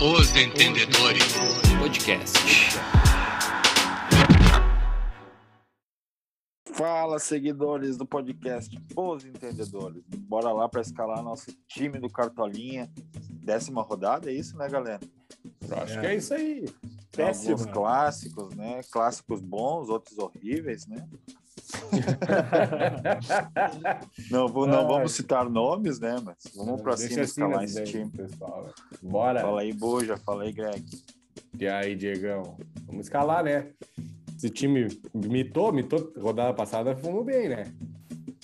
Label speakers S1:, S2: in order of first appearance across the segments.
S1: Os Entendedores Podcast.
S2: Fala, seguidores do podcast Os Entendedores. Bora lá para escalar nosso time do Cartolinha. Décima rodada, é isso, né, galera?
S3: Eu acho que é isso aí.
S2: Décimos
S3: Alguma.
S2: clássicos, né? Clássicos bons, outros horríveis, né? Não, vou- não
S3: Ai.
S2: vamos citar nomes, né? Mas vamos para cima
S3: Deixa assim,
S2: escalar
S3: né, É.
S2: esse
S3: Greg,
S2: time.
S3: Pessoal. Bora.
S2: Fala aí, Buja. Fala aí, Greg.
S3: E aí, Diegão? Vamos escalar, né? Esse time mitou, mitou. Rodada passada fomos bem, né?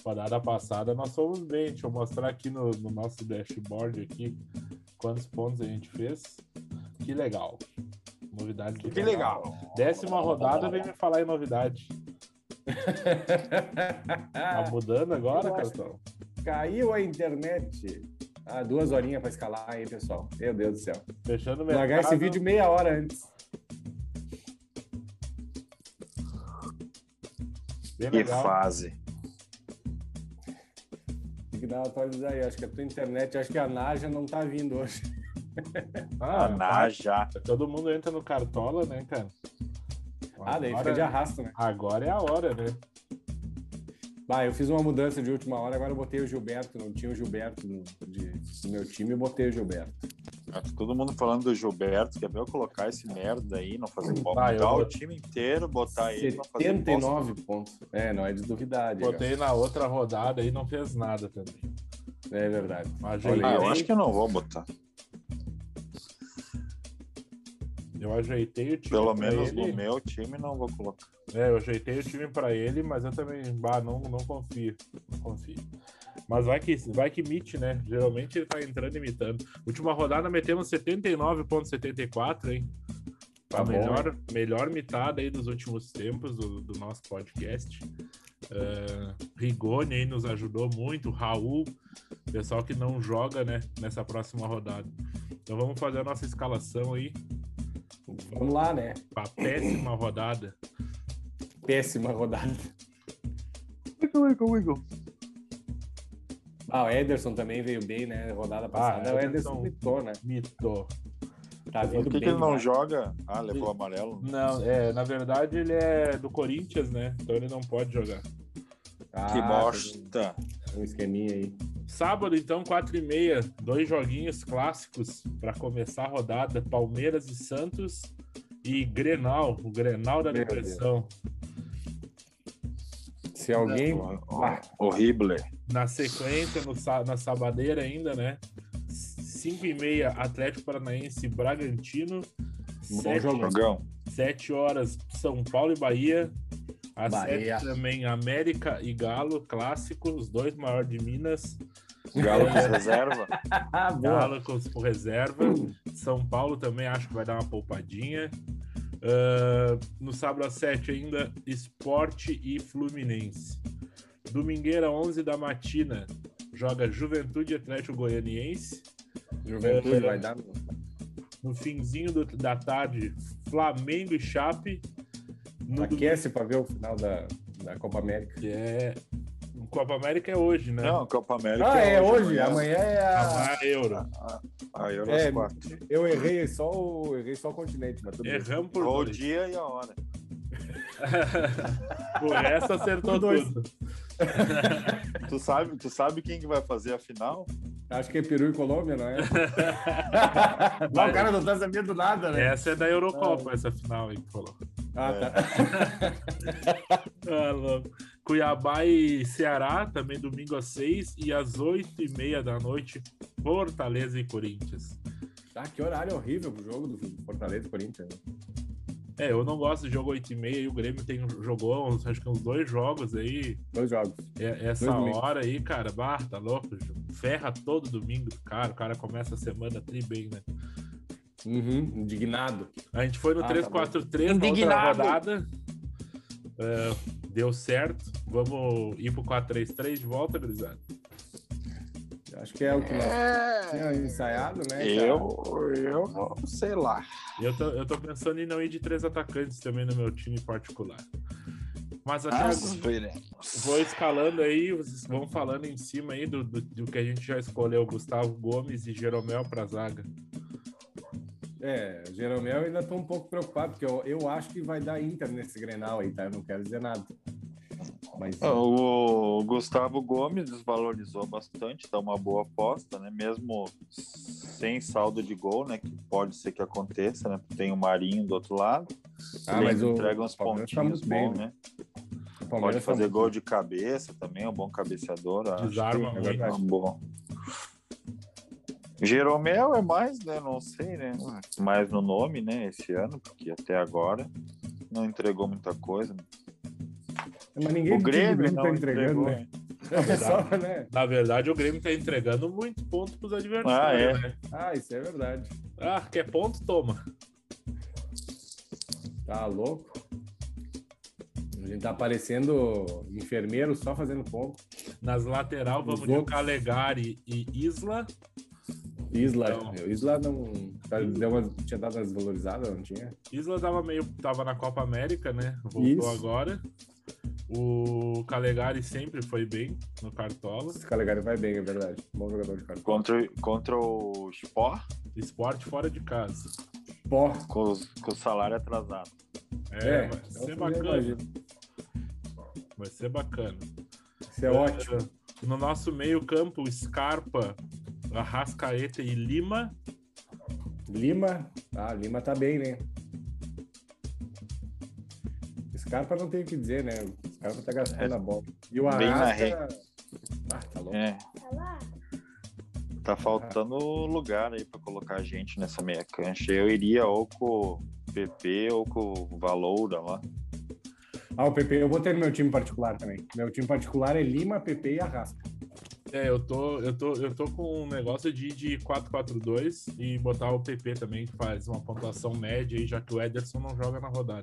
S4: Rodada passada nós fomos bem. Deixa eu mostrar aqui no, no nosso dashboard aqui quantos pontos a gente fez. Que legal. Novidade do canal. Décima rodada vem me falar em novidade. Tá
S3: Ah.
S4: mudando agora,
S3: Eu acho.
S4: Cartão?
S3: Caiu a internet. Ah, duas horinhas pra escalar aí, pessoal. Meu Deus do céu.
S4: Fechando o
S3: Vou
S4: mercado.
S3: largar esse vídeo meia hora antes.
S4: Bem
S2: Que
S4: legal.
S2: fase.
S3: Tem que dar uma atualizada aí. Acho que a tua internet, acho que a Naja não tá vindo hoje.
S4: Ah,
S2: Aná já.
S4: tá. Todo mundo entra no Cartola, né, cara?
S3: Ah, daí fica
S4: Agora-
S3: de arrasto, né?
S4: Agora é a hora, né?
S3: Bah, eu fiz uma mudança de última hora, agora eu botei o Gilberto. Não tinha o Gilberto no, de- no meu time, eu botei o Gilberto.
S2: Tá Todo mundo falando do Gilberto, que é meu colocar esse merda aí, não fazer bola.
S4: Ah, eu
S2: Mudar
S4: vou-
S2: o time inteiro, botar ele pra fazer bosta.
S3: 79 pontos. É, não é de duvidar, Diego.
S4: Botei na outra rodada e não fez nada também.
S3: É verdade.
S4: Mas
S3: Olha
S2: Ah,
S4: ajeitei,
S2: eu
S3: hein?
S2: acho que eu não vou botar.
S4: eu ajeitei o time.
S2: Pelo
S4: pra
S2: menos
S4: ele.
S2: no meu time não vou colocar.
S4: É, eu ajeitei o time pra ele, mas eu também, bah, não, não confio, não confio. Mas vai que, vai que mite, né? Geralmente ele tá entrando e imitando. Última rodada metemos 79.74, hein?
S3: Tá
S4: a
S3: bom,
S4: melhor, melhor mitada aí dos últimos tempos do, do nosso podcast. Eh, Rigoni aí nos ajudou muito, Raul, pessoal que não joga, né, nessa próxima rodada. Então vamos fazer a nossa escalação aí,
S3: Vamos lá, né?
S4: pra péssima rodada.
S3: Péssima rodada. Ah, o Ederson também veio bem, né? Rodada passada.
S4: Ah,
S3: o
S4: Ederson-
S3: Ederson mitou, né?
S4: Mitou.
S3: Tá
S2: Por
S3: vindo
S2: que, que
S3: bem.
S2: ele não
S3: demais.
S2: joga? Ah, levou amarelo.
S4: Não, é, na verdade ele é do Corinthians, né? Então ele não pode jogar.
S3: Ah,
S2: Que bosta.
S3: Um esqueminha aí.
S4: Sábado, então, 4 e meia, dois joguinhos clássicos para começar a rodada: Palmeiras e Santos e Grenal, o Grenal da
S3: Meu
S4: depressão.
S3: Se alguém. Ah,
S2: Horrível.
S4: Na sequência, no sa- na sabadeira ainda, né? 5 e meia, Atlético Paranaense e Bragantino.
S3: bom
S4: Sete-
S3: jogo.
S2: Jogão.
S4: 7 horas, São Paulo e Bahia. Às
S3: Bahia.
S4: 7 também, América e Galo, clássico, os dois maiores de Minas.
S2: Galo
S3: É.
S2: de reserva.
S3: Ah, boa.
S4: Galo com com reserva. São Paulo também acho que vai dar uma poupadinha. Ah, no sábado às 7 ainda, Esporte e Fluminense. Domingueira, 11 da matina, joga Juventude e Atlético Goianiense.
S3: Juventude vai dar.
S4: No finzinho do- da tarde, Flamengo e Chape. No domingo,
S3: Aquece pra ver o final da, da Copa América.
S4: que é... Copa América é hoje, né?
S2: Não, Copa América.
S3: Ah, é hoje. Amanhã é a.
S4: Ah, Euro.
S2: Ah, Aí eu
S3: É,
S2: não
S3: Eu errei só o, errei só o continente, mas tudo bem.
S4: Erramos por
S2: O
S4: dois.
S2: dia e a hora.
S4: Por essa acertou
S3: Dois.
S4: tudo.
S2: Tu sabe, tu sabe quem que vai fazer a final?
S3: Acho que é Peru e Colômbia, não é? Lá o cara não tá sabendo nada, né?
S4: Essa é da Eurocopa, essa final aí que falou.
S3: Ah, tá.
S4: Ah, louco. Cuiabá e Ceará, também domingo às seis e às oito e meia da noite, Fortaleza e Corinthians.
S3: Ah, que horário horrível pro jogo do Fortaleza e Corinthians. né?
S4: É, eu não gosto de jogo oito e meia e o Grêmio tem, jogou uns, acho que uns dois jogos aí,
S3: Dois jogos.
S4: é- essa
S3: Dois domingos.
S4: hora aí, cara, bah, tá louco, ferra todo domingo, cara, o cara começa a semana tri bem, né?
S3: Uhum, indignado.
S4: A gente foi no
S3: Ah, tá
S4: 3-4-3 na outra
S3: Indignado.
S4: rodada. É, deu certo. Vamos ir pro 4-3-3 de volta, Grisado.
S3: Acho que é o que nós tínhamos ensaiado, né?
S2: Eu, eu não sei lá.
S4: Eu tô, eu tô pensando em não ir de três atacantes também no meu time particular. Mas até
S2: Ah,
S4: agora, vou escalando aí, vocês vão falando em cima aí do, do, do que a gente já escolheu, Gustavo Gomes e Jeromel pra zaga.
S3: É, Jeromel, eu ainda tô um pouco preocupado, porque eu, eu acho que vai dar Inter nesse Grenal aí, tá? Eu não quero dizer nada. Mas
S2: Ah, O Gustavo Gomes desvalorizou bastante, tá uma boa aposta, né? Mesmo sem saldo de gol, né? Que pode ser que aconteça, né? Tem o Marinho do outro lado.
S3: Ah,
S2: Ele
S3: mas o-
S2: entrega uns
S3: o Palmeiras tá
S2: pontinhos
S3: muito bem,
S2: bons,
S3: né?
S2: né?
S3: o
S2: Pode
S3: Palmeiras
S2: fazer
S3: tá-
S2: gol de cabeça também, é um bom cabeceador. acho.
S4: Desarma
S3: que é
S4: muito.
S3: verdade.
S2: É um bom. Jeromel é mais, né? Não sei, né? Mais no nome, né? Esse ano, porque até agora não entregou muita coisa.
S3: Mas ninguém
S2: O
S3: do
S2: Grêmio
S3: Grêmio
S2: não
S3: tá entregando,
S2: entregou.
S3: né? É só, né?
S4: Na verdade, o Grêmio tá entregando muito ponto pros
S2: Ah,
S4: adversários,
S2: é.
S4: né?
S3: Ah, isso é verdade.
S4: Ah, quer ponto? Toma.
S3: Tá louco? A gente tá parecendo enfermeiro só fazendo ponto.
S4: Nas lateral, vamos
S3: Os
S4: de
S3: outros.
S4: Calegari e Isla.
S3: Isla,
S4: Não.
S3: meu, Isla não. tá- Deu uma, tinha dado uma desvalorizada, não tinha?
S4: Isla tava meio. tava na Copa América, né? Voltou
S3: Isso.
S4: agora. O Calegari sempre foi bem no Cartola.
S3: Esse Calegari vai bem, é verdade. Bom jogador de cartão.
S2: Contra, contra o Sport,
S4: Esporte fora de casa.
S3: Pó. então
S2: com, os- com o salário atrasado.
S4: É, vai
S3: eu
S4: ser
S3: já
S4: bacana.
S3: imagino.
S4: Vai ser bacana.
S3: Isso é ótimo.
S4: É, No nosso meio-campo, Scarpa, Arrascaeta e Lima.
S3: Lima. Ah, Lima tá bem, né? Scarpa não tem o que dizer, né? Scarpa tá
S4: É.
S3: gastando a bola. E o
S2: Bem na
S3: Arrasca... Ah, tá louco.
S2: É. Tá faltando lugar aí pra colocar a gente nessa meia cancha. Eu iria ou com o PP ou com o Valoura lá.
S3: Ah, o PP, eu vou ter no meu time particular também. Meu time particular é Lima, PP e Arrasca.
S4: É, eu tô, eu tô, eu tô com um negócio de, ir de 4-4-2 e botar o PP também, que faz uma pontuação média aí, já que o Ederson não joga na rodada.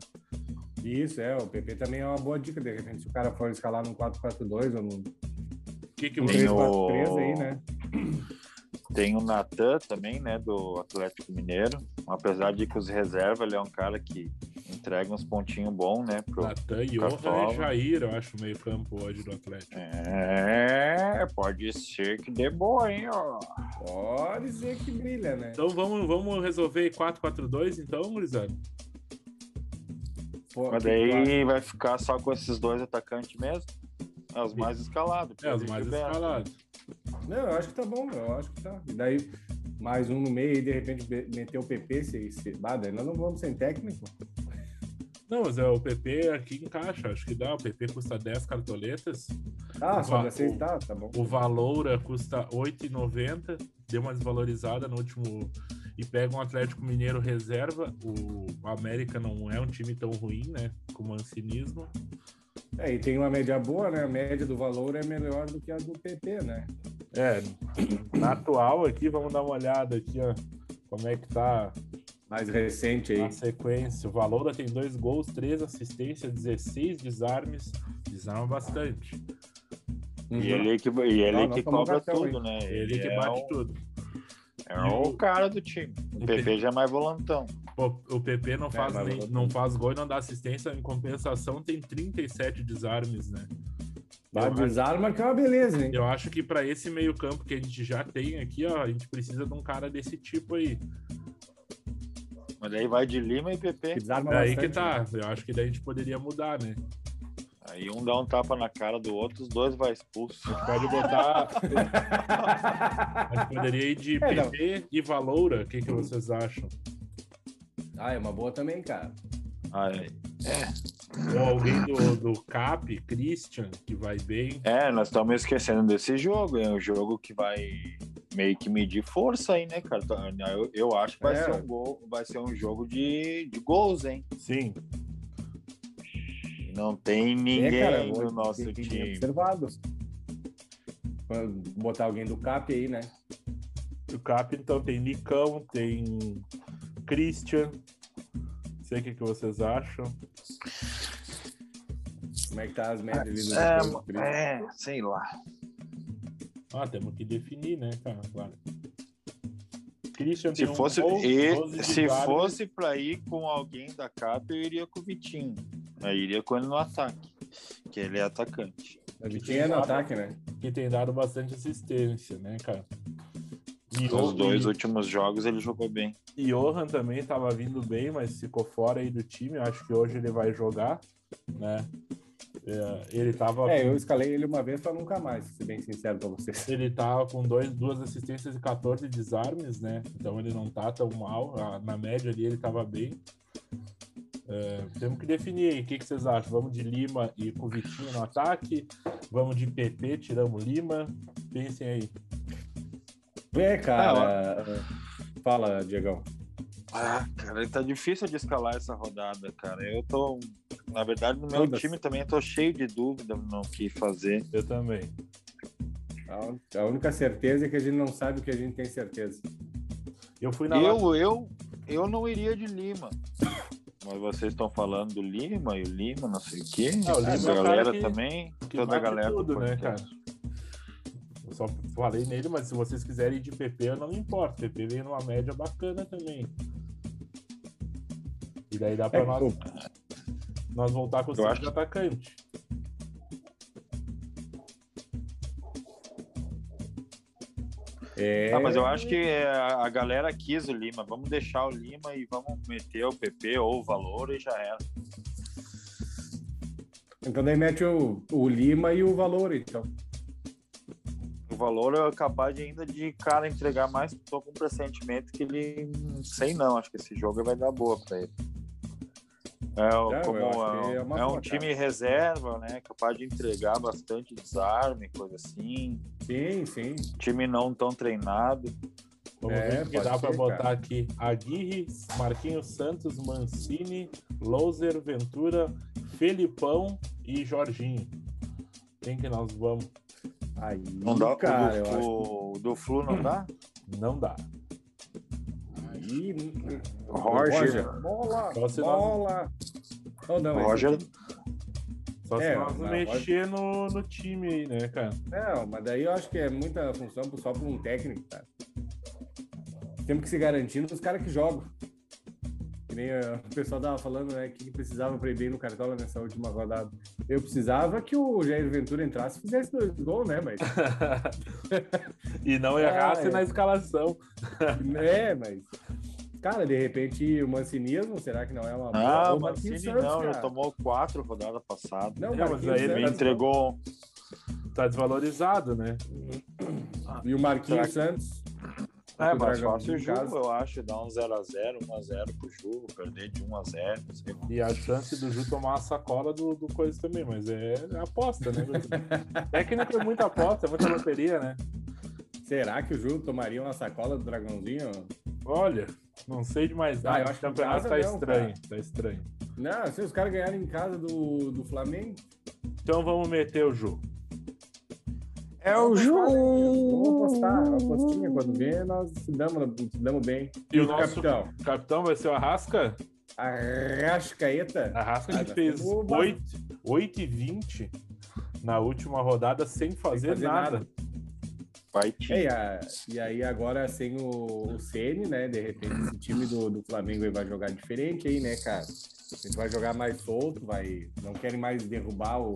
S3: Isso, é, o PP também é uma boa dica, de repente, se o cara for escalar num 4-4-2 ou num
S4: O que, que
S3: num
S4: você.
S2: Tem o-
S3: 3-4-3 aí, né?
S2: Tem o Natan também, né, do Atlético Mineiro. Apesar de que os reserva, ele é um cara que entrega uns pontinhos bons, né? Pro...
S4: Natan, Johan
S2: Cartola.
S4: e Jair, eu acho, meio campo hoje do Atlético.
S2: É, pode ser que dê boa, hein, ó.
S3: Pode ser que brilha, né?
S4: Então vamos, vamos resolver 4-4-2 então, gurizada?
S3: Pô,
S2: Mas
S3: que claro.
S2: daí vai ficar só com esses dois atacantes mesmo? É os mais escalados.
S4: É, os
S2: Pedro e
S4: mais
S2: Gilberto.
S4: escalados.
S3: Não, eu acho que tá bom, eu acho que tá. E daí, mais um no meio e de repente be- meter o PP, se, se... Ah, daí nós não vamos sem técnico.
S4: Não, mas é, o PP aqui encaixa, acho que dá. O PP custa 10 cartoletas.
S3: Ah, só
S4: Ah,
S3: pra aceitar, tá bom.
S4: O Valoura custa 8,90. Deu uma desvalorizada no último. E pega um Atlético Mineiro reserva. O América não é um time tão ruim, né? Com mancinismo.
S3: É, e tem uma média boa, né? A média do valor é melhor do que a do PP, né?
S4: É, na atual aqui, vamos dar uma olhada aqui, ó. Como é que tá
S3: Mais recente aí.
S4: a sequência. O Valoura tem dois gols, três assistências, 16 desarmes. Desarma bastante.
S3: Uhum.
S2: E ele que, e ele
S3: Não, não
S2: que
S3: tomou
S2: cobra
S3: cartão,
S2: tudo, né?
S4: Ele que
S2: é
S4: bate
S2: o-
S4: tudo.
S2: É
S4: E
S2: o
S4: o-
S2: cara do time. O PP já é mais volantão.
S4: Pô, o PP não faz,
S3: mas
S4: nem-
S3: voltou.
S4: não faz gol e não dá assistência. Em compensação, tem 37 desarmes, né?
S3: Vai
S4: Eu acho-
S3: desarma que é uma beleza, hein?
S4: Eu acho que para esse meio-campo que a gente já tem aqui, ó, a gente precisa de um cara desse tipo aí.
S2: Mas daí vai de Lima e PP.
S3: Desarma
S4: Daí
S3: bastante,
S4: que tá. Eu acho que daí a gente poderia mudar, né?
S2: Aí um dá um tapa na cara do outro, os dois vai expulso.
S4: Pode botar.
S3: né?
S4: A gente poderia ir de
S3: É, não.
S4: PP e Valoura. O que, que vocês acham?
S3: ah, é uma boa também, cara.
S2: Aí-
S4: Ou alguém do, do Cap, Christian, que vai bem.
S2: É, nós estamos esquecendo desse jogo. É um jogo que vai meio que medir força aí, né, cara? Tá, Eu, eu acho que vai
S3: É.
S2: ser um gol, vai ser um jogo de, de gols, hein?
S4: Sim.
S2: Não tem ninguém
S3: é, cara,
S2: no
S3: hoje
S2: nosso
S3: tem- tem
S2: time.
S3: Observado. Pra Botar alguém do CAP aí, né?
S4: O Cap, então, tem Nicão, tem Christian. Não sei o que, que vocês acham.
S3: Como é que tá as médias ali do
S2: É,
S3: do-
S2: mo-
S3: do-
S2: é, sei lá.
S4: Ah, temos que definir, né, cara? Claro. Christian
S2: Se
S4: tem um
S2: fosse,
S4: gol,
S2: e-
S4: 12 de
S2: se
S4: guarda.
S2: fosse pra ir com alguém da capa, eu iria com o Vitinho. Eu iria com ele no ataque, que ele é atacante.
S3: A Vitinha é no ataque, né?
S4: que tem dado bastante assistência, né, cara? E
S2: Nos
S4: o-
S2: dois
S4: e-
S2: últimos jogos ele jogou bem.
S4: Johan também estava vindo bem, mas ficou fora aí do time. Eu acho que hoje ele vai jogar, né? É, ele tava,
S3: É, eu escalei ele uma vez pra nunca mais, se bem sincero pra vocês.
S4: ele tava com dois, duas assistências e 14 desarmes, né? Então ele não tá tão mal. Ah, Na média ali ele tava bem. É, temos que definir aí. O que, que vocês acham? Vamos de Lima e com o Vitinho no ataque? Vamos de PP, tiramos Lima? Pensem aí.
S3: Vê, É, cara. Fala, Diegão.
S2: Ah, cara, tá difícil de escalar essa rodada, cara. Eu tô. Na verdade, no meu
S3: Todas.
S2: time também eu tô cheio de dúvida no que fazer.
S4: Eu também.
S3: A un- A única certeza é que a gente não sabe o que a gente tem certeza.
S4: Eu fui na
S2: Eu, eu, eu não iria de Lima. Mas vocês estão falando do Lima e o Lima, um não sei o quê.
S4: Ah, o Lima é
S2: Essa
S4: o cara
S2: galera
S4: que-
S2: também.
S4: que
S2: toda a
S4: bate
S2: galera. do
S4: tudo, né,
S2: podcast.
S4: Eu só falei nele, mas se vocês quiserem ir de PP, eu não me importo. PP vem numa média bacana também. E daí dá pra
S3: É,
S4: nós, nós voltar com o
S2: acho
S4: segundo
S2: que-
S4: atacante.
S3: É,
S2: Ah, mas eu acho que é, a a galera quis o Lima. Vamos deixar o Lima e vamos meter o PP ou o Valor e já era.
S3: Então daí mete o, o Lima e o Valor, então.
S2: O Valor é capaz de ainda de cara entregar mais. Tô com um pressentimento que ele. hum, Sei não, acho que esse jogo vai dar boa pra ele. É, o-
S3: eu
S2: como
S3: acho que
S2: é,
S3: é uma
S2: é um
S3: boa,
S2: time reserva, né? Capaz de entregar bastante desarme, coisa assim.
S3: Sim, sim.
S2: Time não tão treinado.
S4: Vamos
S3: É,
S4: ver o que
S3: pode
S4: dá pra
S3: ser,
S4: botar
S3: cara.
S4: aqui. Aguirre, Marquinhos Santos, Mancini, Louser, Ventura, Felipão e Jorginho. Quem que nós vamos?
S3: Aí,
S2: Não dá
S3: cara,
S2: o,
S3: eu
S2: do,
S3: acho
S2: o do Flu não dá?
S4: Não dá.
S3: Aí, hum,
S2: Roger.
S3: Bola,
S4: Só se nós-
S3: bola. Oh, não, esse-
S2: Roger
S4: Só se
S3: É,
S4: nós
S3: não,
S4: mexer no, no time aí, né, cara?
S3: Não, mas daí eu acho que é muita função só para um técnico, cara. Temos que se garantir nos caras que jogam. Que nem eh, o pessoal tava falando, né, que precisava proibir no Cartola nessa última rodada. Eu precisava que o Jair Ventura entrasse e fizesse dois gols, né, mas...
S4: E
S3: Ah,
S4: não errasse
S3: errasse
S4: na
S3: na
S4: escalação.
S3: é, mas... Cara, de repente, o mancinismo, será que não é uma
S2: Ah,
S3: Ou
S2: o Mancini
S3: Santos,
S2: não,
S3: cara.
S2: já tomou quatro rodadas passadas.
S3: Não,
S4: É,
S3: Marquinhos
S4: mas aí ele
S2: Ele
S3: Santos,
S2: entregou. um
S4: Tá desvalorizado, né?
S3: E o Marquinhos
S2: Será que-
S3: Santos...
S2: É,
S3: o
S2: mais
S3: Dragão
S2: fácil o
S3: em
S2: jogo,
S3: casa.
S2: eu acho, dar um 0x0, 1x0 pro jogo, perder de 1x0, não sei um lá.
S4: E a chance do Ju tomar a sacola do, do coisa também, mas é aposta, né? Técnico é muita aposta, é muita loteria, né?
S3: Será que o Júlio tomaria uma sacola do Dragãozinho?
S4: Olha, não sei de mais
S3: Ah,
S4: nada.
S3: eu acho
S4: o
S3: que em
S4: campeonato
S3: casa
S4: tá
S3: não,
S4: estranho, tá estranho.
S3: Não, se os caras ganharem em casa do, do Flamengo...
S4: Então vamos meter o Ju.
S2: É
S3: Vamos apostar, uma apostinha. Quando vê, nós se damos, se damos bem.
S4: E o nosso
S3: capitão?
S4: capitão vai ser o Arrasca?
S3: A Rascaeta.
S4: Arrasca
S3: Ah,
S4: que
S3: já
S4: fez
S3: tomou ba-
S4: 8, 8 e 20 na última rodada sem fazer,
S3: fazer
S4: nada.
S3: nada.
S2: Vai
S3: É,
S2: time.
S3: e, a- e aí, agora sem o, o Ceni, né? De repente, esse time do, do Flamengo aí vai jogar diferente aí, né, cara? A gente vai jogar mais solto, vai. Não querem mais derrubar o.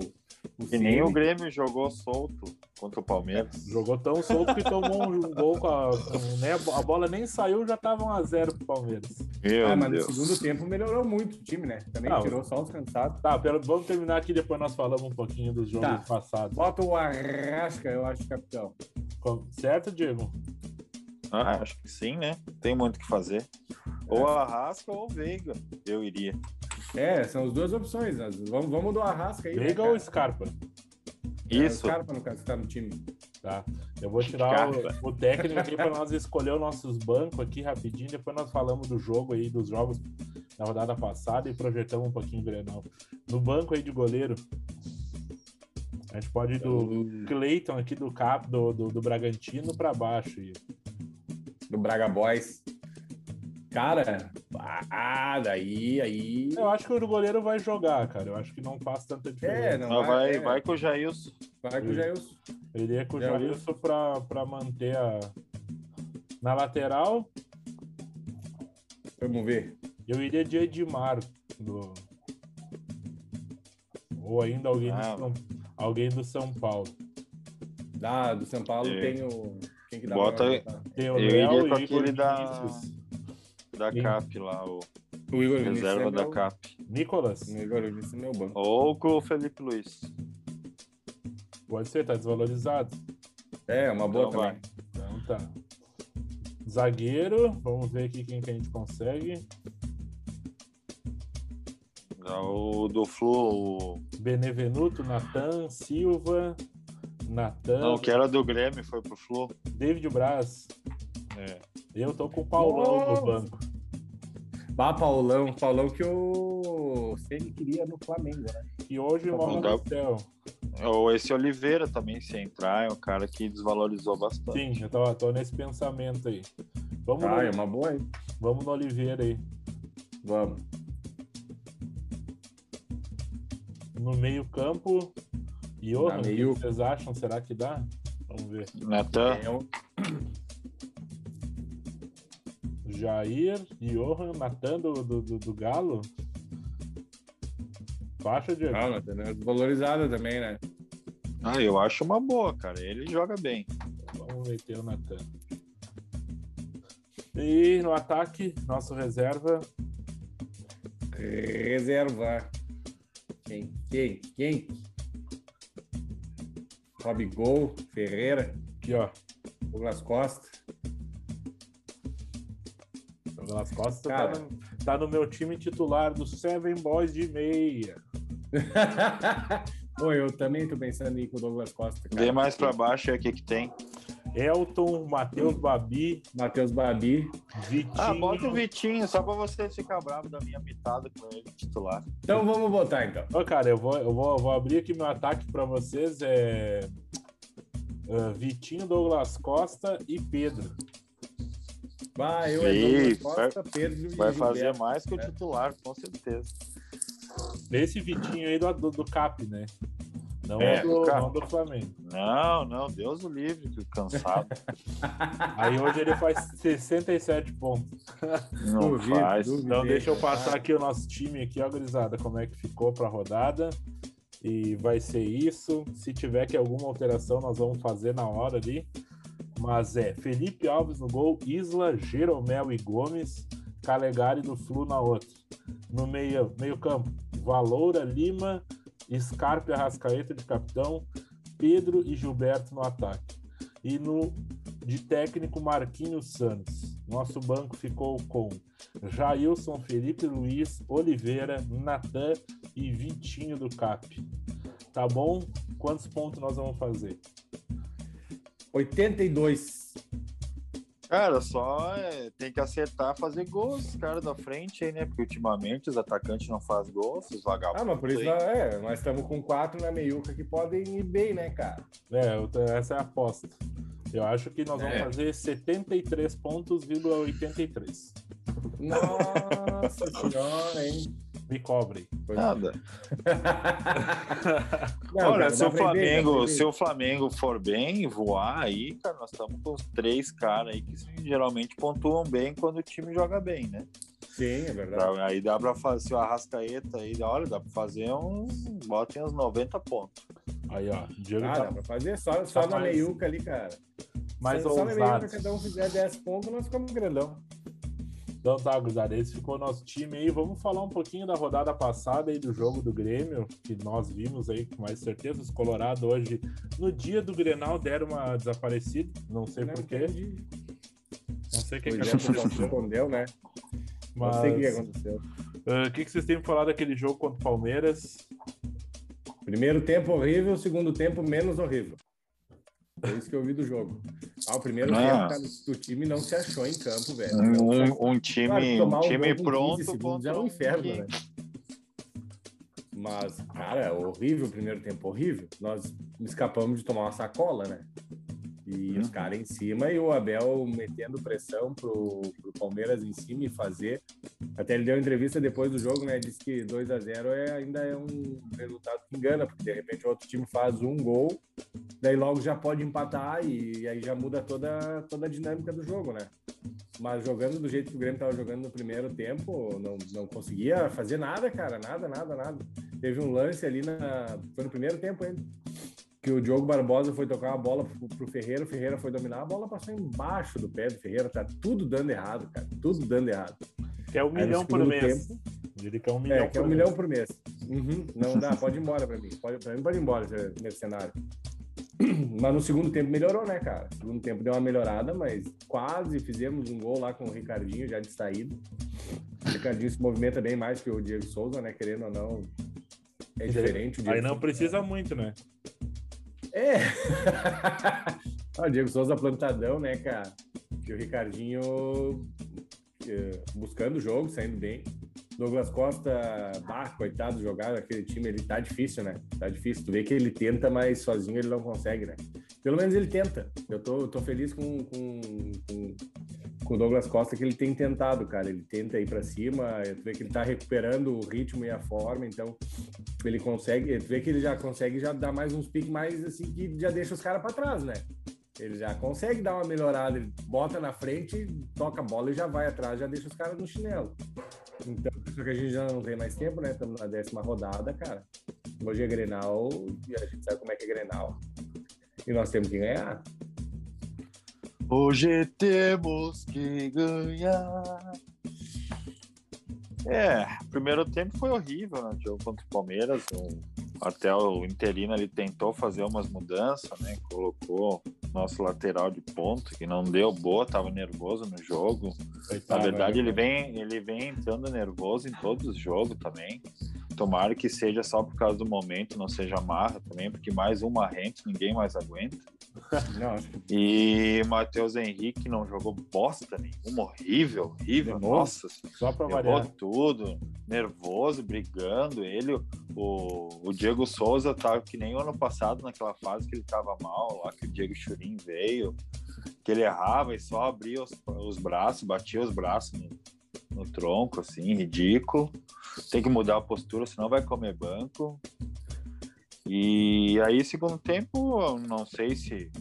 S3: o
S2: E nem
S3: Ceni.
S2: o Grêmio jogou solto contra o
S3: É,
S2: Palmeiras.
S4: Jogou tão solto que tomou um gol com a. com- né, a bola nem saiu, já tava 1x0 pro Palmeiras.
S2: Meu
S3: Ah, mas
S2: Deus.
S3: no segundo tempo melhorou muito o time, né? Também
S4: Ah,
S3: tirou só os cansados.
S4: Tá, pelo- vamos terminar aqui, depois nós falamos um pouquinho dos jogos
S3: Tá.
S4: passados.
S3: Bota o Arrasca, eu acho, é capitão.
S4: Com- Certo, Diego?
S2: Ah, acho que sim, né? Tem muito o que fazer. Ou Arrasca ou Veiga, eu iria.
S3: É, são as duas opções. nós- Vamos, vamos do Arrasca aí. né,
S4: Veiga
S3: cara?
S4: ou Scarpa?
S2: Isso.
S3: É, o Scarpa, no caso, tá no time.
S4: Tá. Eu vou tirar
S2: Scarpa.
S4: o, o técnico aqui pra nós escolher os nossos bancos aqui rapidinho, depois nós falamos do jogo aí, dos jogos da rodada passada e projetamos um pouquinho o Grenal. No banco aí de goleiro, a gente pode ir
S3: então,
S4: do Cleiton aqui do Cap, do, do, do Bragantino pra baixo. E
S3: do Braga Boys. Cara, ah, daí, aí.
S4: Eu acho que o goleiro vai jogar, cara. Eu acho que não faz tanta
S3: É,
S4: diferença.
S3: não
S2: Ah, vai,
S3: é,
S2: vai com o Jailson.
S3: vai com o Jailson.
S4: Ele é com o
S3: Já vi.
S4: Jailson pra, pra manter a. Na lateral,
S3: Vamos ver.
S4: eu iria de Edmar. Do... Ou ainda alguém,
S2: Ah,
S4: do São... alguém do São Paulo.
S3: Da, do São Paulo
S2: É.
S3: tem o. Quem que dá
S2: Bota
S3: pra-
S2: aí.
S3: tá?
S4: Tem o
S2: Eu
S4: Léo
S2: iria
S4: e
S2: com
S4: o Igor
S2: aquele da-
S4: Vinícius.
S2: Da
S4: Sim.
S2: CAP lá, o
S3: O Igor Vinícius
S2: reserva
S3: é
S2: da
S3: meu-
S2: CAP.
S4: Nicolas,
S3: O Igor Vinícius é meu banco.
S2: Ou com o Felipe Luiz.
S4: pode ser, tá desvalorizado.
S3: É, uma boa
S2: Então vai.
S3: também.
S4: Então tá. Zagueiro, vamos ver aqui quem que a gente consegue.
S2: O do Flu, o...
S4: Benevenuto, Natan, Silva, Natan,
S2: não, o que era do Grêmio foi pro Flu.
S4: David Braz.
S2: É.
S4: Eu tô com o Paulão
S3: Nossa.
S4: no banco.
S3: Bah, Paulão. Paulão que o Ceni queria no Flamengo, né?
S4: E hoje
S3: Tá
S4: mora
S2: bom, tá.
S4: no céu.
S2: Ou esse Oliveira também, se entrar, é um cara que desvalorizou bastante.
S4: Sim, eu tô, tô nesse pensamento aí. Vamos,
S3: Ah,
S4: no,
S3: é uma boa, hein?
S4: vamos no Oliveira aí.
S3: Vamos.
S4: No meio-campo. E o que
S3: meio.
S4: vocês acham? Será que dá? Vamos ver.
S2: Natan,
S3: É um-
S4: Jair, Johan, Natan do, do, do, do Galo. Baixa, Diego.
S3: Não, não, não, desvalorizada também, né?
S2: ah, eu acho uma boa, cara. Ele joga bem.
S4: Vamos meter o Natan. E no ataque, nosso reserva,
S3: Reserva. Quem? Quem? Quem? Gol, Ferreira,
S4: aqui, ó. Tá
S3: Douglas Costa.
S4: Jogando nas costas,
S3: Cara.
S4: tá, no, tá no meu time titular do Seven Boys de meia.
S3: Pô, eu também tô pensando em ir com o Douglas Costa, cara.
S2: Vê mais pra baixo aí o que, que tem.
S4: Elton, Matheus Babi,
S3: Matheus Babi.
S4: Vitinho.
S2: Ah, bota o Vitinho, só pra você ficar bravo da minha mitada com ele titular.
S3: Então vamos botar, então.
S4: Ô, cara, eu vou, eu, vou, eu vou abrir aqui meu ataque pra vocês. É... ah, Vitinho, Douglas Costa e Pedro.
S3: Vai, eu
S2: Ih,
S3: é Douglas Costa, Pedro e
S2: Vai
S3: Gilberto.
S2: fazer mais que o
S3: né?
S2: titular, com certeza.
S4: Esse Vitinho aí do, do, do CAP, né? Não
S2: É,
S4: do,
S2: do Cap.
S4: não do Flamengo.
S2: Não, não, Deus o livre, que cansado.
S4: Aí hoje ele faz 67 pontos.
S2: Não
S3: Duvido,
S2: faz.
S3: duvido.
S4: Então deixa eu passar aqui o nosso time aqui, ó, gurizada, como é que ficou pra rodada. E vai ser isso. Se tiver que alguma alteração, nós vamos fazer na hora ali. Mas é Felipe Alves no gol, Isla, Jeromel e Gomes, Calegari do Flu na outra. No meio, meio campo, Valoura, Lima, Scarpa e Arrascaeta de capitão, Pedro e Gilberto no ataque. E no de técnico, Marquinhos Santos. Nosso banco ficou com Jailson, Felipe Luiz, Oliveira, Natan e Vitinho do CAP. Tá bom? Quantos pontos nós vamos fazer?
S3: 82.
S2: Cara, só é, tem que acertar fazer gols, esses caras da frente aí, né? Porque ultimamente os atacantes não fazem gols, os
S3: Ah,
S2: vagabundos.
S3: mas por isso
S2: aí.
S3: nós- é, nós estamos com quatro na meiuca que podem ir bem, né, cara?
S4: É, eu te- essa é a aposta. Eu acho que nós vamos
S3: É.
S4: fazer 73 pontos, vírgula 83.
S3: Nossa senhora, hein?
S4: Me cobrem.
S2: Nada.
S3: Não,
S2: Olha,
S3: cara,
S2: se
S3: dá
S2: o,
S3: pra ir bem, dá pra
S2: Flamengo,
S3: ir bem.
S2: se o Flamengo for bem, voar aí, cara, nós estamos com os três caras aí que geralmente pontuam bem quando o time joga bem, né?
S3: Sim, é verdade.
S2: Dá- Aí dá pra fazer, se o Arrascaeta aí, olha, dá pra fazer uns, botem uns 90 pontos.
S4: Aí, ó. Diego
S3: Ah, dá
S4: tá
S3: pra fazer só, só na
S4: mais-
S3: meiuca ali, cara.
S4: mais
S3: só, só na meiuca,
S4: ousado.
S3: cada um fizer 10 pontos, nós ficamos grandão.
S4: Então tá, gurizada, esse ficou o nosso time aí. Vamos falar um pouquinho da rodada passada aí do jogo do Grêmio, que nós vimos aí com mais certeza. Os Colorado hoje, no dia do Grenal, deram uma desaparecida. Não sei
S3: Não
S4: porquê.
S3: entendi.
S4: Não sei o que,
S3: Pois é, o
S4: que
S3: pessoal se
S4: aconteceu.
S3: escondeu, né?
S4: Mas
S3: Não sei o que
S4: ah,
S3: aconteceu.
S4: o que, que vocês têm pra falar daquele jogo contra o Palmeiras?
S3: Primeiro tempo horrível, segundo tempo menos horrível. Foi isso que eu vi do jogo. Ah, o primeiro
S2: Não.
S3: tempo, cara, o time não se achou em campo, velho. Não se
S2: Um,
S3: achou.
S2: um
S3: Claro,
S2: time,
S3: tomar
S2: um time
S3: um gol com 15
S2: pronto
S3: segundos
S2: contra
S3: é um inferno,
S2: que-
S3: né? Mas, cara, é horrível o primeiro tempo, horrível. Nós escapamos de tomar uma sacola, né? E os
S2: Uhum.
S3: caras em cima e o Abel metendo pressão pro, pro Palmeiras em cima e fazer. Até ele deu entrevista depois do jogo, né? Disse que 2 a 0 é, ainda é um resultado que engana, porque de repente o outro time faz um gol, daí logo já pode empatar e, aí já muda toda, toda a dinâmica do jogo, né? Mas jogando do jeito que o Grêmio estava jogando no primeiro tempo, não, não conseguia fazer nada, cara. Nada, nada, nada. Teve um lance ali na. Foi no primeiro tempo ainda. que o Diogo Barbosa foi tocar uma bola pro, pro Ferreira, o Ferreira foi dominar, a bola passou embaixo do pé do Ferreira, tá tudo dando errado, cara, tudo dando errado.
S4: Que é um
S3: Aí Ah, no
S4: milhão por
S3: segundo
S4: mês. Ele quer um milhão
S3: é, que é um
S4: por
S3: milhão
S4: mês.
S3: por mês. Uhum, Não dá, pode ir embora pra mim. Pode, pra mim pode ir embora esse mercenário. Mas no segundo tempo melhorou, né, cara? No segundo tempo deu uma melhorada, mas quase fizemos um gol lá com o Ricardinho já de saída. O Ricardinho se movimenta bem mais que o Diego Souza, né? Querendo ou não, é diferente. O Diego
S4: Aí não
S3: Souza-
S4: precisa muito, né?
S3: É! Ah, o Diego Souza plantadão, né, cara? E o Ricardinho eh, buscando o jogo, saindo bem. Douglas Costa, bah, coitado, jogar naquele time, ele tá difícil, né? Tá difícil. Tu vê que ele tenta, mas sozinho ele não consegue, né? Pelo menos ele tenta. Eu tô, eu tô feliz com, com, com, com o Douglas Costa que ele tem tentado, cara. Ele tenta ir pra cima, tu vê que ele tá recuperando o ritmo e a forma, então ele consegue, tu vê que ele já consegue já dar mais uns piques mais assim que já deixa os caras para trás, né? Ele já consegue dar uma melhorada, ele bota na frente, toca a bola e já vai atrás, já deixa os caras no chinelo. Então, só que a gente já não tem mais tempo, né? Estamos na décima rodada, cara. Hoje é Grenal e a gente sabe como é que é Grenal. E nós temos que ganhar.
S2: Hoje temos que ganhar. É, o primeiro tempo foi horrível, né? Jogo contra o Palmeiras. o- até o Interino ali tentou fazer umas mudanças, né? Colocou nosso lateral de ponto, que não deu boa, tava nervoso no jogo. Na
S4: Coitado. né?
S2: verdade, ele vem, ele vem entrando nervoso em todos os jogos também. Tomara que seja só por causa do momento, não seja marra também, porque mais uma rente, ninguém mais aguenta.
S3: Não, acho que
S2: E Matheus Henrique não jogou bosta nenhuma, horrível, horrível.
S4: Nervoso.
S2: Nossa,
S4: Só pra
S2: errou
S4: variar.
S2: tudo, nervoso, brigando. Ele, o, o Diego Souza, tá que nem o ano passado, naquela fase que ele tava mal, lá que o Diego Churin veio, que ele errava e só abria os, os braços, batia os braços no, no tronco, assim, ridículo. Tem que mudar a postura, senão vai comer banco. E aí, segundo tempo, não sei se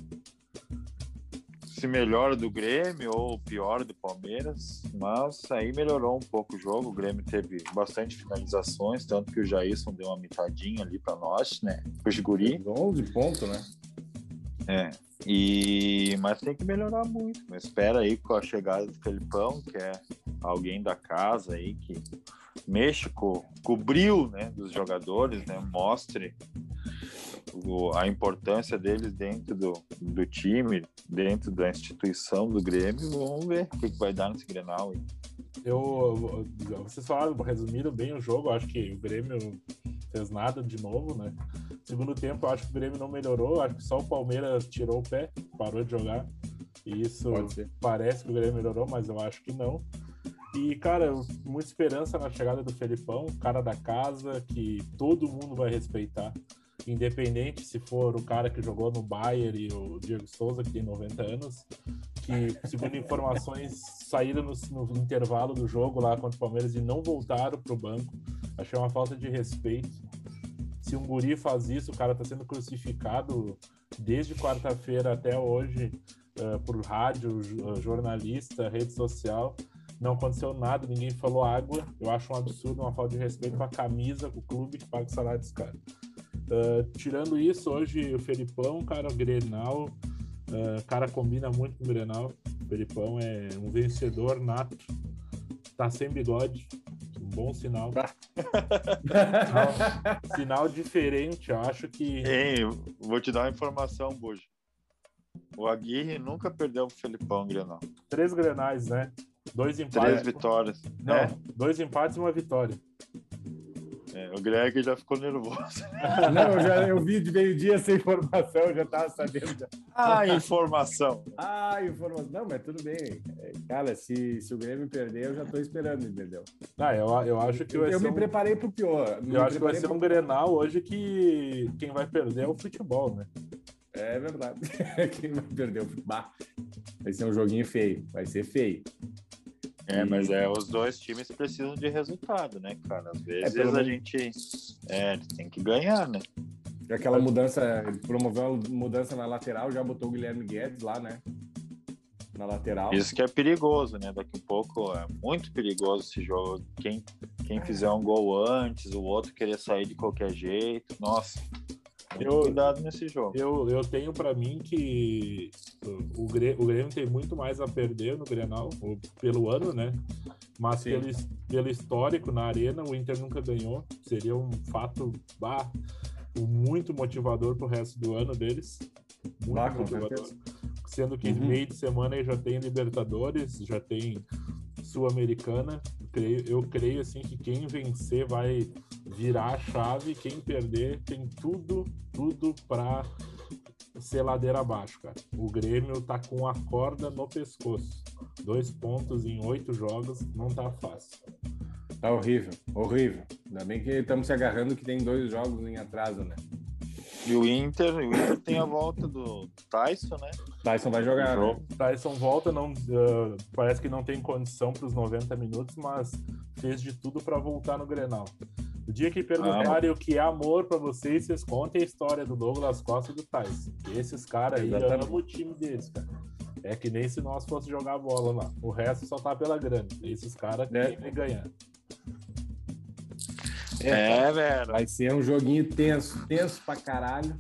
S2: se melhora do Grêmio ou pior do Palmeiras, mas aí melhorou um pouco o jogo. O Grêmio teve bastante finalizações, tanto que o Jailson deu uma mitadinha ali para nós, né? Os guri.
S3: 11 pontos, né?
S2: É. E mas tem que melhorar muito. Mas espera aí com a chegada do Felipão, que é alguém da casa aí que México cobriu, né, dos jogadores, né? Mostre o- a importância deles dentro do, do time, dentro da instituição do Grêmio. Vamos ver o que, que vai dar nesse Grenal. aí.
S4: Eu, eu- vocês falaram, resumiram bem o jogo. Acho que o Grêmio fez nada de novo, né? Segundo tempo, eu acho que o Grêmio não melhorou. Acho que só o Palmeiras tirou o pé, parou de jogar. E isso
S3: Pode ser.
S4: parece que o Grêmio melhorou, mas eu acho que não. E, cara, eu- muita esperança na chegada do Felipão, cara da casa, que todo mundo vai respeitar. Independente se for o cara que jogou no Bayern e o Diego Souza, que tem 90 anos, que, segundo informações, saíram no, no intervalo do jogo lá contra o Palmeiras e não voltaram pro banco. Achei uma falta de respeito. Se um guri faz isso, o cara tá sendo crucificado desde quarta-feira até hoje eh, por rádio, jo- jornalista, rede social. Não aconteceu nada, ninguém falou água. Eu acho um absurdo, uma falta de respeito com a camisa, com o clube que paga o salário dos caras. Eh, tirando isso, hoje o Felipão, um cara, o Grenal, eh, o cara combina muito com o Grenal. O Felipão é um vencedor nato, tá sem bigode, um bom sinal. sinal, sinal diferente, eu acho que.
S2: Ei, vou te dar uma informação, Bujo. O Aguirre nunca perdeu pro Felipão Grenal.
S4: Três grenais, né? Dois
S2: Três
S4: empates.
S2: vitórias.
S4: Não,
S2: É,
S4: dois empates e uma vitória.
S2: é, o Greg já ficou nervoso.
S3: Não, eu, já, eu vi de meio-dia essa informação, eu já tava sabendo. já.
S2: Ah, informação.
S3: Ah, informação. Não, mas tudo bem. É, Cara, se, se o Grêmio perder, eu já tô esperando, entendeu?
S4: Ah, eu, eu acho que
S3: Eu,
S4: vai ser
S3: me
S4: um,
S3: preparei pro pior. Me
S4: eu acho que vai
S3: preparei
S4: ser
S3: pro-
S4: um grenal hoje que quem vai perder é o futebol, né?
S3: É verdade. Quem vai perder o bah. Vai ser um joguinho feio. Vai ser feio.
S2: É, mas é, os dois times precisam de resultado, né, cara? Às vezes
S3: pelo
S2: a
S3: menos-
S2: gente é, tem que ganhar, né?
S3: Aquela mudança, ele promoveu uma mudança na lateral, já botou o Guilherme Guedes lá, né? Na lateral.
S2: Isso que é perigoso, né? Daqui a pouco é muito perigoso esse jogo. Quem, quem fizer um gol antes, o outro querer sair de qualquer jeito, nossa, Muito
S4: Eu-
S2: cuidado nesse jogo.
S4: Eu, eu tenho pra mim que o Grê- o Grêmio, tem muito mais a perder no Grenal, ou pelo ano, né? Mas
S3: Sim.
S4: pelo, his- pelo histórico na arena, o Inter nunca ganhou. Seria um fato bah, muito motivador pro resto do ano deles. Muito
S3: Bah, com
S4: motivador.
S3: certeza.
S4: Sendo que
S3: Uhum.
S4: meio de semana aí já tem Libertadores, já tem Sul-Americana. Creio- Eu creio assim que quem vencer vai virar a chave, quem perder tem tudo, tudo pra ser ladeira abaixo, cara. O Grêmio tá com a corda no pescoço. Dois pontos em oito jogos não tá fácil.
S3: Tá horrível, horrível. Ainda bem que estamos se agarrando que tem dois jogos em atraso, né?
S2: E o Inter, o Inter tem a volta do Tyson, né?
S3: Tyson vai jogar. né?
S2: Jogo.
S4: Tyson volta, não, ah, parece que não tem condição pros 90 minutos, mas fez de tudo pra voltar no Grenal. O dia que
S3: Ah.
S4: perguntarem o que é amor pra vocês, vocês contem a história do Douglas Costa e do Tyson. Esses caras aí
S3: Exatamente.
S4: amam o time deles, cara. É que nem se nós fosse jogar bola lá. O resto só tá pela grana. Esses caras
S3: É.
S4: querem ganhar.
S2: É, velho.
S3: Vai ser um joguinho tenso, tenso pra caralho.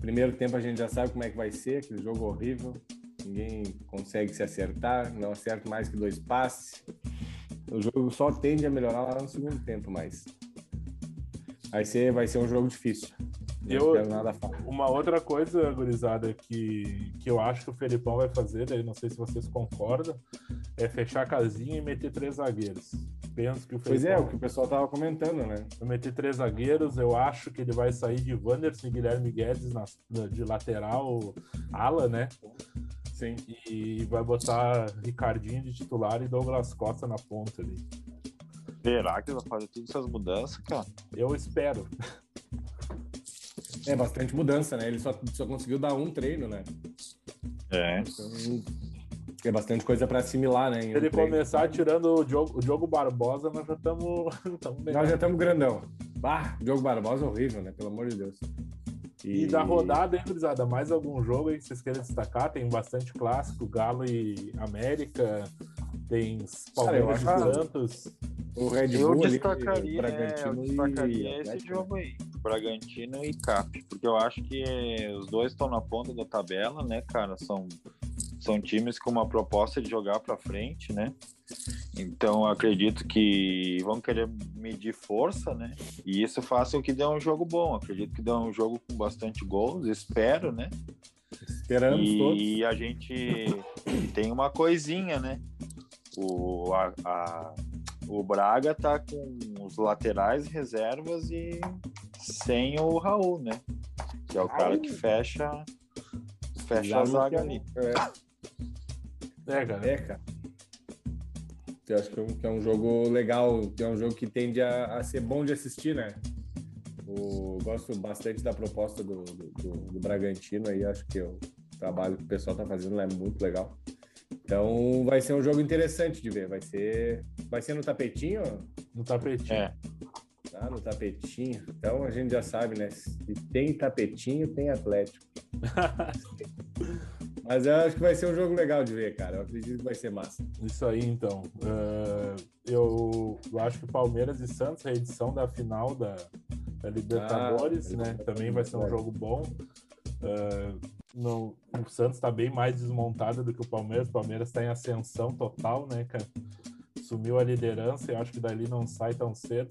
S3: Primeiro tempo a gente já sabe como é que vai ser, aquele jogo horrível. Ninguém consegue se acertar, não acerta mais que dois passes. O jogo só tende a melhorar lá no segundo tempo, mas vai ser, vai ser um jogo difícil. Não
S4: Eu-
S3: espero nada fácil.
S4: Uma outra coisa, gurizada, que, que eu acho que o Felipão vai fazer, daí não sei se vocês concordam, é fechar a casinha e meter três zagueiros. Penso que o
S3: Pois é, o
S4: Felipão
S3: que o pessoal tava comentando, né?
S4: vai meter três zagueiros, eu acho que ele vai sair de Wanderson e Guilherme Guedes na, na- de lateral ala, né?
S3: Sim.
S4: E vai botar Ricardinho de titular e Douglas Costa na ponta ali.
S2: Será que vai fazer todas essas mudanças, cara?
S4: Eu espero.
S3: É bastante mudança, né? Ele só, só conseguiu dar um treino, né?
S2: É.
S3: É bastante coisa pra assimilar, né? em
S4: Se
S3: um
S4: ele
S3: treino.
S4: começar tirando o Diogo, o Diogo Barbosa, nós já estamos bem.
S3: Nós já estamos grandão. Bah, Diogo Barbosa é horrível, né? Pelo amor de Deus.
S4: E da rodada, hein, gurizada? Mais algum jogo aí que vocês querem destacar? Tem bastante clássico, Galo e América, tem Palmeiras
S3: Cara, eu
S4: e
S3: acho-
S4: Santos.
S3: O Red Bull
S2: Eu
S3: ali,
S2: destacaria, é, eu
S3: Bragantino e
S2: destacaria esse
S3: Atlético, né?
S2: jogo aí, Bragantino e Cap, porque eu acho que os dois estão na ponta da tabela, né, cara? São, são times com uma proposta de jogar pra frente, né? Então eu acredito que vão querer medir força, né? E isso faz com que dê um jogo bom. Acredito que dê um jogo com bastante gols, espero, né?
S3: né? Esperamos todos.
S2: E a gente tem uma coisinha, né? O, a- a- o Braga tá com os laterais reservas e sem o Raul, né? Que é o cara que fecha, fecha a
S4: Zaga
S2: zaga
S4: que
S2: ali.
S4: É, cara.
S3: um- É, é, cara. Eu acho que é, um, que é um jogo legal, que é um jogo que tende a, a ser bom de assistir, né? O, gosto bastante da proposta do, do, do- do Bragantino aí, acho que o trabalho que o pessoal tá fazendo lá é muito legal. Então vai ser um jogo interessante de ver. Vai ser, vai ser no tapetinho,
S4: No tapetinho.
S2: É.
S3: Tá no tapetinho. Então a gente já sabe, né? Se tem tapetinho, tem Atlético. Mas eu acho que vai ser um jogo legal de ver, cara. Eu acredito que vai ser massa.
S4: Isso aí, então. Ah, eu, eu acho que Palmeiras e Santos, reedição da final da, da Libertadores,
S3: Ah,
S4: né? Também vai ser um jogo bom. Ah, não, o Santos tá bem mais desmontado do que o Palmeiras. O Palmeiras está em ascensão total, né, cara? Sumiu a liderança e acho que dali não sai tão cedo.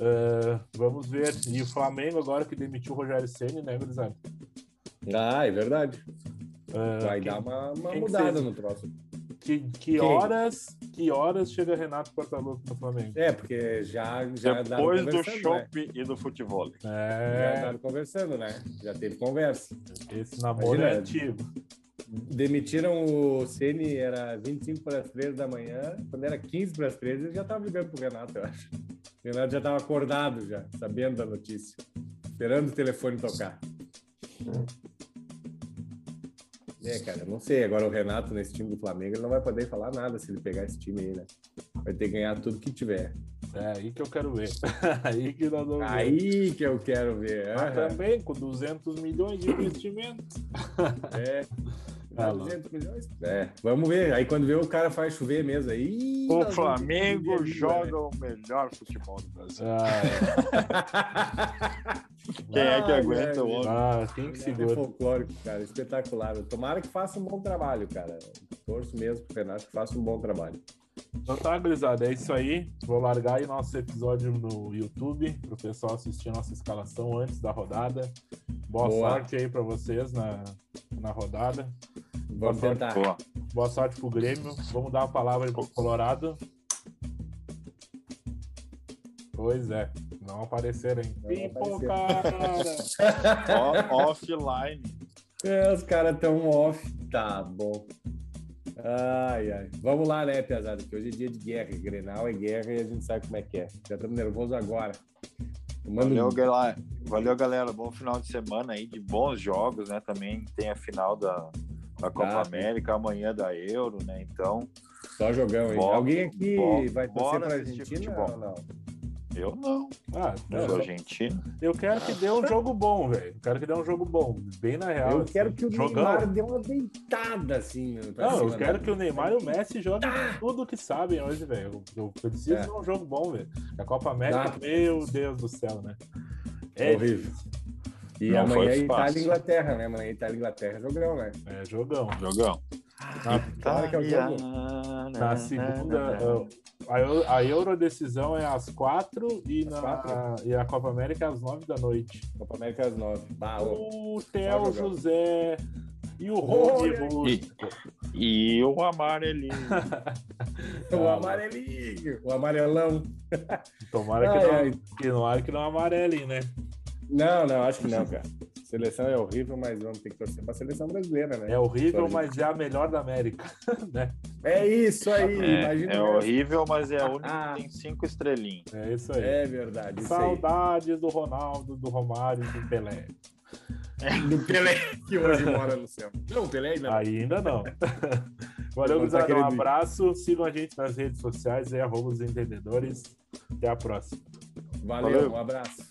S4: Ah, vamos ver. E o Flamengo agora que demitiu o Rogério Ceni, né, Gurizada?
S3: Ah, é verdade. vai
S4: É, quem-
S3: dar uma, uma
S4: quem que
S3: mudada
S4: vocês-
S3: no troço.
S4: Que, que
S3: Quem?
S4: horas, que horas chega Renato Portaluppi no Flamengo?
S3: É, porque já, já andaram
S2: Depois do
S3: conversando, né?
S2: chopp e do futebol.
S3: Já
S4: Tá É,
S3: andaram conversando, né? Já teve conversa.
S4: esse namoro é
S3: Imagina.
S4: antigo.
S3: Demitiram o Ceni, era 25 para as 3 da manhã. Quando era 15 para as 3, ele já estava ligando pro Renato, eu acho. O Renato já estava acordado, já, sabendo da notícia. Esperando o telefone tocar. É, cara, eu não sei. Agora o Renato nesse time do Flamengo, ele não vai poder falar nada se ele pegar esse time aí, né? Vai ter que ganhar tudo que tiver.
S4: É aí que eu quero ver. aí né? que nós vamos ver.
S3: Aí que eu quero ver.
S2: Ah,
S4: Mas
S2: tá.
S3: aham.
S4: também com 200 milhões de investimento.
S3: É.
S4: Tá louco.
S3: 200 milhões? É, vamos ver. Aí quando vê o cara faz chover mesmo. Aí nós
S2: O
S3: vamos ter
S2: Flamengo
S3: que ver, né?
S4: é.
S2: joga o melhor futebol do Brasil.
S4: Ah,
S2: Quem é que
S3: Ai,
S2: aguenta
S3: velho.
S2: o homem?
S4: Ah, quem que
S3: É
S4: segura?
S3: folclórico, cara, espetacular. Tomara que faça um bom trabalho, cara. Torço mesmo pro Renato que faça um bom trabalho.
S4: Então tá, gurizada, é isso aí. Vou largar aí nosso episódio no YouTube pro pessoal assistir a nossa escalação antes da rodada. Boa,
S3: Boa.
S4: sorte aí pra vocês na, na rodada.
S3: Vamos
S4: Boa
S3: tentar.
S2: Pô,
S4: Boa sorte pro Grêmio. Vamos dar uma palavra aí pro Colorado. Pois é, não apareceram, hein?
S3: Não
S4: Pipoca!
S2: o- offline.
S3: É, os caras tão off. Tá bom. Ai, ai. Vamos lá, né, Piazada? Que hoje é dia de guerra. Grenal é guerra e a gente sabe como é que é. Já estamos nervosos agora. Tomando
S2: Valeu, galera. Valeu, galera. Bom final de semana aí, de bons jogos, né? Também tem a final da, da Copa
S3: Ah,
S2: América, amanhã da Euro, né? Então,
S3: só jogão, hein?
S2: Bora,
S3: Alguém aqui
S2: bora,
S3: vai torcer
S2: bora
S3: pra
S2: assistir
S3: Argentina
S2: futebol.
S3: ou não?
S2: eu não.
S4: Ah,
S2: Eu
S4: não,
S2: sou argentino.
S4: eu quero que dê um jogo bom, velho. Eu Quero que dê um jogo bom. Bem na real.
S3: Eu
S4: assim.
S3: quero que o
S4: Jogão.
S3: Neymar dê uma deitada, assim, meu, pra
S4: Não,
S3: cima
S4: eu quero
S3: da-
S4: que o Neymar e o Messi joguem tudo que sabem hoje, velho. Eu, eu preciso
S3: É.
S4: de um jogo bom, velho. A Copa América,
S3: Tá.
S4: meu Deus do céu, né? É,
S3: É horrível. E
S2: Não foi
S3: amanhã é Itália
S2: fácil.
S3: e Inglaterra, né? Amanhã é Itália e Inglaterra, jogão, né?
S4: é jogão.
S2: Jogão. Tá
S3: Claro que é o jogo.
S2: É,
S3: Tá,
S4: Na segunda.
S3: é
S4: eu- A, Eu- a Eurodecisão é às quatro e,
S3: Às
S4: na,
S3: quatro?
S4: e a Copa América é às nove da noite.
S3: Copa América às nove. Bah, ô.
S4: O Theo
S3: jogão.
S4: José e o
S3: Olha
S4: Rony
S3: aí.
S4: Rústico.
S2: E o amarelinho.
S3: o amarelinho, o amarelão.
S4: Tomara que
S3: Ai,
S4: não,
S3: ai.
S4: que não, tomara que não amarelem, né?
S3: Não, não, acho que não, cara. Seleção é horrível, mas vamos ter que torcer pra seleção brasileira, né?
S4: É horrível,
S3: Sorry.
S4: mas é a melhor da América, né?
S3: É isso aí, imagina. Ah.
S2: É, é
S3: essa.
S2: horrível, mas é a única que tem cinco estrelinhas.
S4: É isso aí.
S3: É verdade, isso aí.
S4: Saudades do Ronaldo, do Romário e do Pelé.
S3: Do Pelé, que hoje mora no céu. Não, Pelé ainda
S2: Ah,
S3: não.
S4: Ainda não. Valeu,
S3: Não tá
S4: gurizada. Um
S3: querendo ir.
S4: abraço. Sigam a gente nas redes sociais, é arroba os entendedores. Até a próxima.
S3: Valeu,
S2: Valeu.
S3: um abraço.